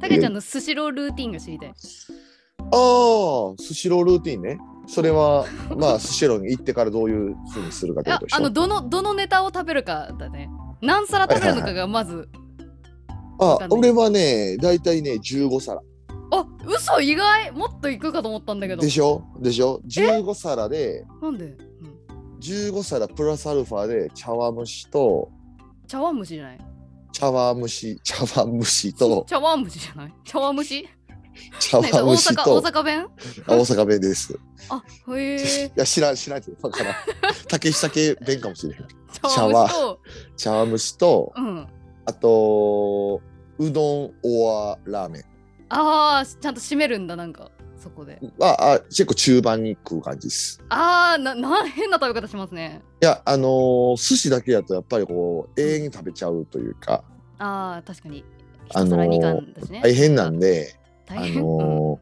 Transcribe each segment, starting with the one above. かちゃんのスシロールーティンが知りたい。ああ、スシロールーティンね。そ れは、まあ、スシローに行ってからどういうふうにするかってこあとでしょ。あのどのどのネタを食べるかだね。何皿食べるのかがまず。わあかんない俺はね、大体ね、15皿。あ嘘意外もっといくかと思ったんだけどで。しょでしょ ?15 皿で、なんで、うん、 15皿プラスアルファで茶碗蒸しと、茶碗蒸しじゃない茶碗蒸し、茶碗蒸しと、茶碗蒸しじゃない茶碗蒸し茶碗ねそれ蒸し大阪と、大阪弁あ大阪弁です。あへい えや、知らん、知らんけど、わからん。竹下系弁かもしれへん。茶碗蒸しと茶碗蒸しと、うんあと、うどん、オア、ラーメン。あーちゃんと締めるんだなんかそこであ、あ、結構中盤に食う感じです。あーなな変な食べ方しますねいや、あのー寿司だけだとやっぱりこう永遠に食べちゃうというかあー確かに一あの皿ー二貫だしね、大変なんで、あ大変、うんの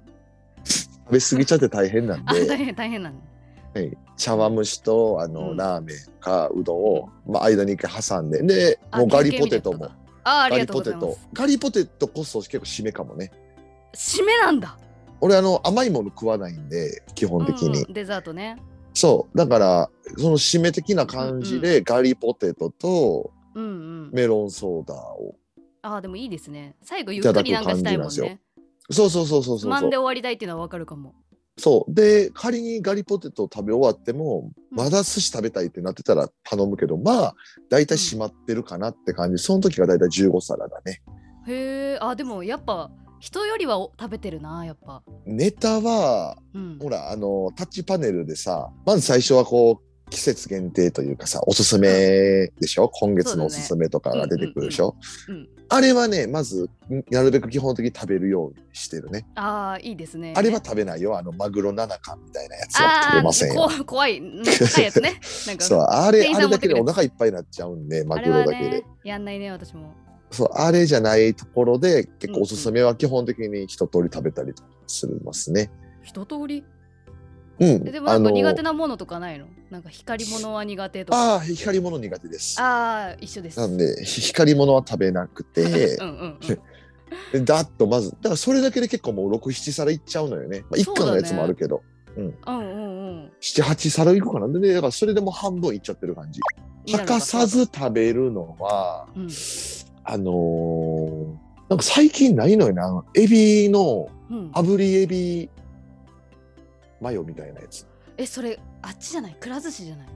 ー食べ過ぎちゃって大変なんあ で、大変大変なんだはい、茶碗蒸しと、あのーうんラーメンかうどんを、まあ、間に一回挟んでであもうガリ休憩ポみたいテなことトもかあーあガりがリとうポござテいまトガリポテトこそ結構締めかもねす締めなんだ俺あの甘いもの食わないんで基本的に、うんうんデザートねそうだからその締め的な感じで、ガリポテトとうんうんメロンソーダをあーでもいいですね最後ゆっくりなんかしたいもいんただく感じなんねそうそうそうそうつそうまそうんで終わりたいっていうのはわかるかも。そうで仮にガリポテトを食べ終わってもうんまだ寿司食べたいってなってたら頼むけどまあ大体閉まってるかなって感じその時が大体15皿だねへえ、あ、でもやっぱ人よりはお食べてるな、やっぱ。ネタはうん。ほらあのタッチパネルでさまず最初はこう季節限定というかさおすすめでしょ今月のおすすめとかが出てくるでしょうんうんうんあれはねまずなるべく基本的に食べるようにしてるねああ、いいですね。あれは食べないよあのマグロ7貫みたいなやつはあ食べませんよあ、こ怖い。うん高いやつ ね。なんか。そうあれ店員あされん持だってくるけでやつお腹いっぱいになっちゃうんでマあグれロはだけで、ね、やんないね、私も。そうあれじゃないところで結うん構おすすめは基本的に一通り食べたりとかするますね。一通り。うん、えでもなんか苦手ななものとかないのなんか光り物は苦手とか。あー光り物苦手です。ああ、一緒です。なんでひ光り物は食べなくて うんうんうん。でだっとまずだからそれだけで結構もう67皿いっちゃうのよね、まあ、1そうだ貫のねやつもあるけど、うんうんうん。 78皿いくかなでねだからそれでもう半分いっちゃってる感じいいな欠かさ。ず食べるのは、うんあのーなんか最近ないのよねあのエビのうん、炙りエビマヨみたいなやつえ、それ、あっちじゃないくら寿司じゃない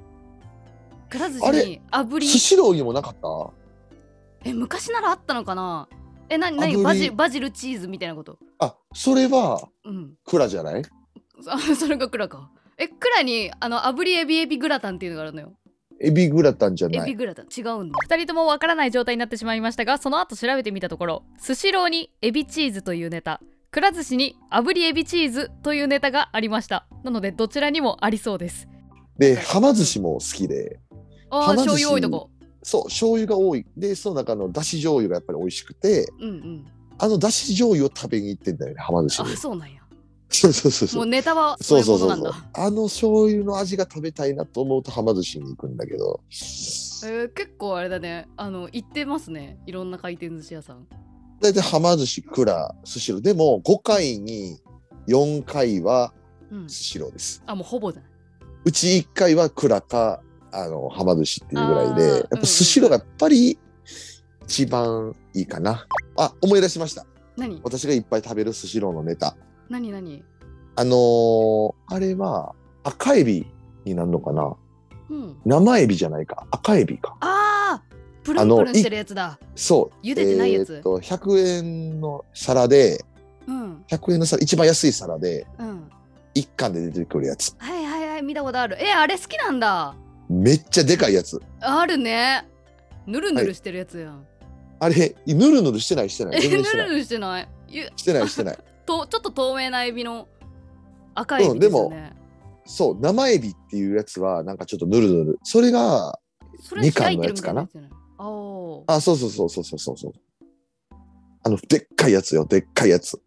くら寿あ司れに炙りス。シローにもなかったえ昔ならあったのかなえなにな炙にりバジバジルチーズみたいなことあそれはうん クラじゃないあそれがクラかえクラにあの炙りエビエビグラタンっていうのがあるのよエビグラタンじゃエなビいグラタン違うんだ2人ともわからない状態になってしまいましたがその後調べてみたところスシローにエビチーズというネタくら寿司に炙りエビチーズというネタがありましたなのでどちらにもありそうですではま寿司も好きでああはま寿司醤油多いとこそう醤油が多いでその中のだし醤油がやっぱり美味しくてうんうんあのだし醤油を食べに行ってんだよねはま寿司あにそうなんやそうそうそうそもううネタはそそうういうもそうのそなうんそうだあの醤油の味が食べたいなと思うとはま寿司に行くんだけどえー、結構あれだねあの行ってますねいろんな回転寿司屋さん大体はま寿司くらスシローでも5回に4回はうんスシローですあもうほぼじゃないうち1回はクラかあのはま寿司っていうぐらいであーやっぱスシローがやっぱり一番いいかな、あ思い出しました何私がいっぱい食べるスシローのネタ何何あのーあれは赤エビになるのかなうん生エビじゃないか赤エビかあープルンプルンしてるやつだそう茹でてないやつえーっと100円の皿でうん100円の皿一番安い皿でうん1貫で出てくるやつはいはいはい見たことあるえあれ好きなんだめっちゃでかいやつあるねぬるぬるしてるやつやん、あれぬるぬるしてないしてないえぬ全然してなる いぬるしてないゆしてないしてないとちょっと透明なエビの赤いエビですよね、そう生エビっていうやつはなんかちょっとぬるぬるそれがそれ開いてるみたいなやつじゃないあーあそうそうそうそうそうそうそうあのでっかいやつよでっかいやつ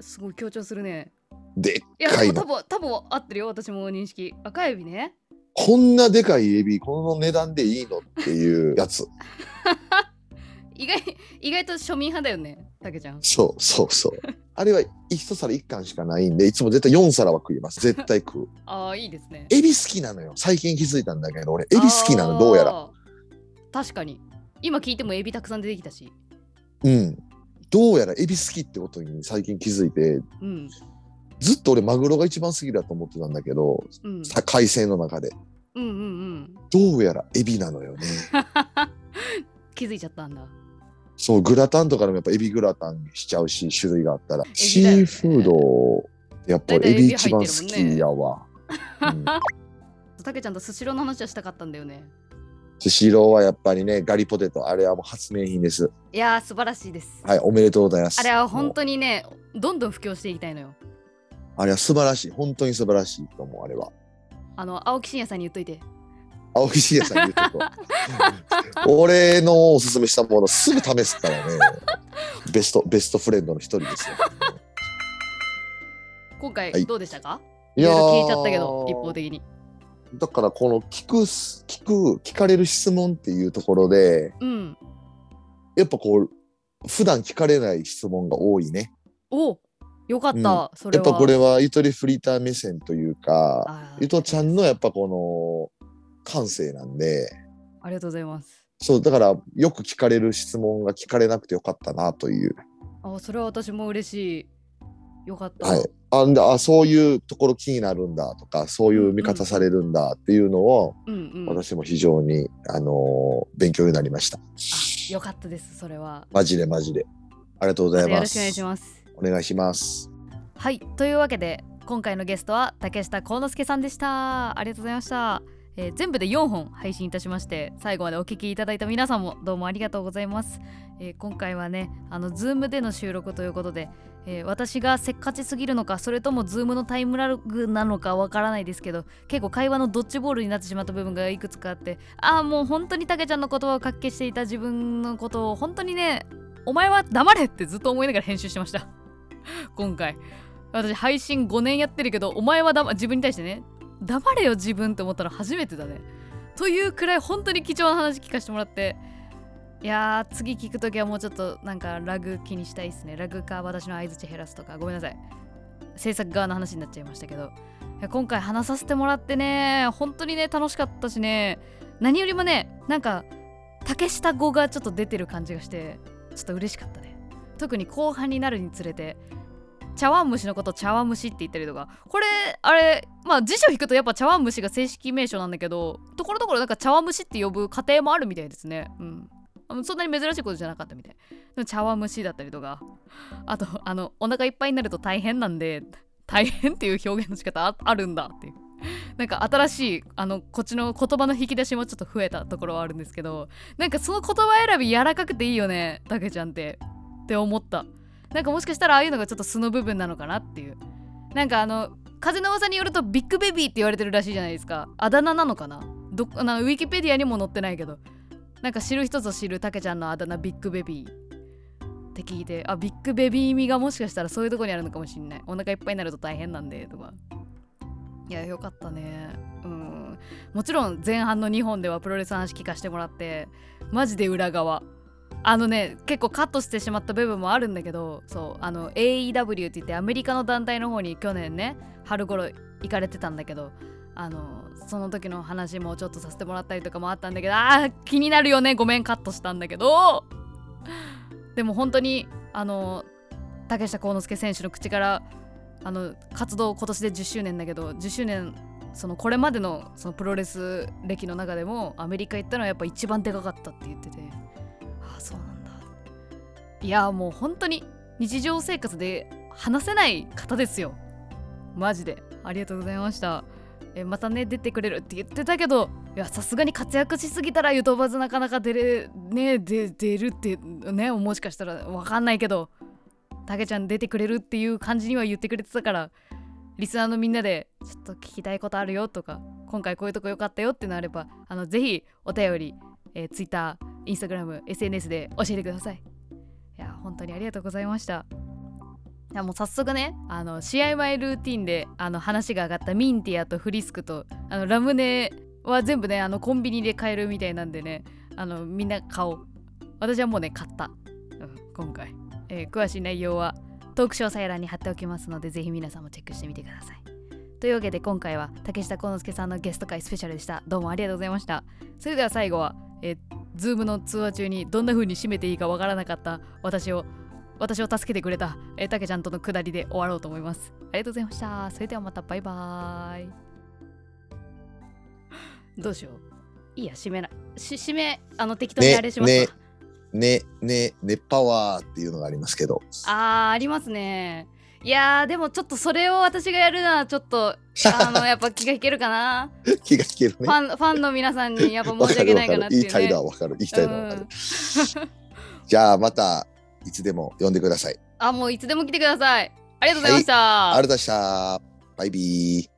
すごい強調するねでいっやかでいもの多分多分合ってるよ私も認識赤エビねこんなでかいエビこの値段でいいのっていうやつ意外意外と庶民派だよねたけちゃんそうそう そう。あれは一皿一貫しかないんで、いつも絶対4皿は食います。絶対食う。ああいいですねエビ好きなのよ。最近気づいたんだけど、俺、エビ好きなの、どうやら。あー確かに今聞いてもエビたくさん出てきたしうん。どうやらエビ好きってことに最近気づいて、うんずっと俺、マグロが一番好きだと思ってたんだけど、うんさ海鮮の中で。うんうんうん どうやらエビなのよね。気づいちゃったんだそう、グラタンとかでもやっぱエビグラタンしちゃうし、種類があったら。ビシだよねーフード、やっぱりエビ一番好大体エビ入ってるもんねきやわ。う んたけちゃんとスシローの話はしたかったんだよねスシローはやっぱりね、ガリポテト、あれはもう発明品です。いやー素晴らしいです、はい、おめでとうございます。あれは本もう当にねどんどん布教していきたいのよあれは素晴らしい。本当に素晴らしいと思う、あれは。あの青木真也さんに言っといて青木真也さんに言うと こ俺のおすすめしたものすぐ試すからね。ベスト、ベストフレンドの一人ですよ。今回はいどうでしたか、いいろいろー聞いちゃったけど一方的にだからこの聞くす、聞く、聞かれる質問っていうところで、うんやっぱこう、普段聞かれない質問が多いね。およかった、うんそれやっはぱこれはゆとりフリーター目線というか、あーゆとちゃんのやっぱこの感性なんで、ありがとうございますそう、だからよく聞かれる質問が聞かれなくてよかったなという。あそれは私も嬉しいよかった、はい。あんであ、そういうところ気になるんだとか、そういう見方されるんだっていうのを、うんうん私も非常に、あのー勉強になりました。よかったですそれはマジでマジで。ありがとうございよまろしくす。お願いしますお願いします。はいというわけで今回のゲストは竹下幸之助さんでしたありがとうございました、えー全部で4本配信いたしまして最後までお聞きいただいた皆さんもどうもありがとうございます、えー今回はねあの Zoom での収録ということで、えー私がせっかちすぎるのかそれとも Zoom のタイムラグなのかわからないですけど結構会話のドッジボールになってしまった部分がいくつかあってああもう本当に竹ちゃんの言葉をかっけしていた自分のことを本当にねお前は黙れってずっと思いながら編集してました今回私配信5年やってるけどお前は黙自分に対してね黙れよ自分って思ったの初めてだねというくらい本当に貴重な話聞かせてもらっていやー次聞くときはもうちょっとなんかラグ気にしたいですねラグか私の相槌減らすとかごめんなさい制作側の話になっちゃいましたけどいや今回話させてもらってね本当にね楽しかったしね何よりもねなんか竹下語がちょっと出てる感じがしてちょっと嬉しかったね特に後半になるにつれて茶碗蒸しのこと茶碗蒸しって言ったりとかこれあれまあ辞書引くとやっぱ茶碗蒸しが正式名称なんだけどところどころなんか茶碗蒸しって呼ぶ家庭もあるみたいですねうんあのそんなに珍しいことじゃなかったみたいでも茶碗蒸しだったりとかあとあのお腹いっぱいになると大変なんで大変っていう表現の仕方ああるんだっていうなんか新しいあのこっちの言葉の引き出しもちょっと増えたところはあるんですけどなんかその言葉選び柔らかくていいよねたけちゃんってって思ったなんかもしかしたらああいうのがちょっと素の部分なのかなっていうなんかあの風の噂によるとビッグベビーって言われてるらしいじゃないですかあだ名なのかなどっあのウィキペディアにも載ってないけどなんか知る人ぞ知るたけちゃんのあだ名ビッグベビーって聞いてあビッグベビー味がもしかしたらそういうとこにあるのかもしんないお腹いっぱいになると大変なんでとかいやよかったねうんもちろん前半の2本ではプロレスの話聞かせてもらってマジで裏側あのね結構カットしてしまった部分もあるんだけどそうあの AEW って言ってアメリカの団体の方に去年ね春頃行かれてたんだけどあのその時の話もちょっとさせてもらったりとかもあったんだけどあー気になるよねごめんカットしたんだけどでも本当にあの竹下幸之助選手の口からあの活動今年で10周年だけど10周年そのこれまでのそのプロレス歴の中でもアメリカ行ったのはやっぱ一番でかかったって言っててああそうなんだいやもう本当に日常生活で話せない方ですよマジでありがとうございましたえまたね出てくれるって言ってたけどいやさすがに活躍しすぎたらゆとばずなかなか出れねで出るってねもしかしたらわかんないけどたけちゃん出てくれるっていう感じには言ってくれてたからリスナーのみんなでちょっと聞きたいことあるよとか今回こういうとこ良かったよってのあればあのぜひお便り、えー、Twitter、Instagram、SNS で教えてください。いや本当にありがとうございました。いやもう早速ねあの試合前ルーティンであの話が上がったミンティアとフリスクとあのラムネは全部ねあのコンビニで買えるみたいなんでねあのみんな買おう私はもうね買った、うん、今回、えー詳しい内容はトーク詳細欄に貼っておきますのでぜひ皆さんもチェックしてみてくださいというわけで今回は竹下幸之助さんのゲスト会スペシャルでしたどうもありがとうございましたそれでは最後は、えー、Zoom の通話中にどんな風に締めていいかわからなかった私を私を助けてくれたえー竹ちゃんとのくだりで終わろうと思いますありがとうございましたそれではまたバイバーイどうしよういいや締めなし締めあの適当にあれしますわ、ねね、ね、ね、パワーっていうのがありますけど。あーありますねいやーでもちょっとそれを私がやるのはちょっ とあのやっぱ気が引けるかな、気が引けるフね。ァンファンの皆さんにやっぱわ申しか訳るなわいかかなるっ。てい言う、いね、たいのはわかる。言いたいのはわかうるん。じゃあまたいつでも呼んでください。あもういつでも来てくださいありがとうございました、ありがとうございました。バイビー。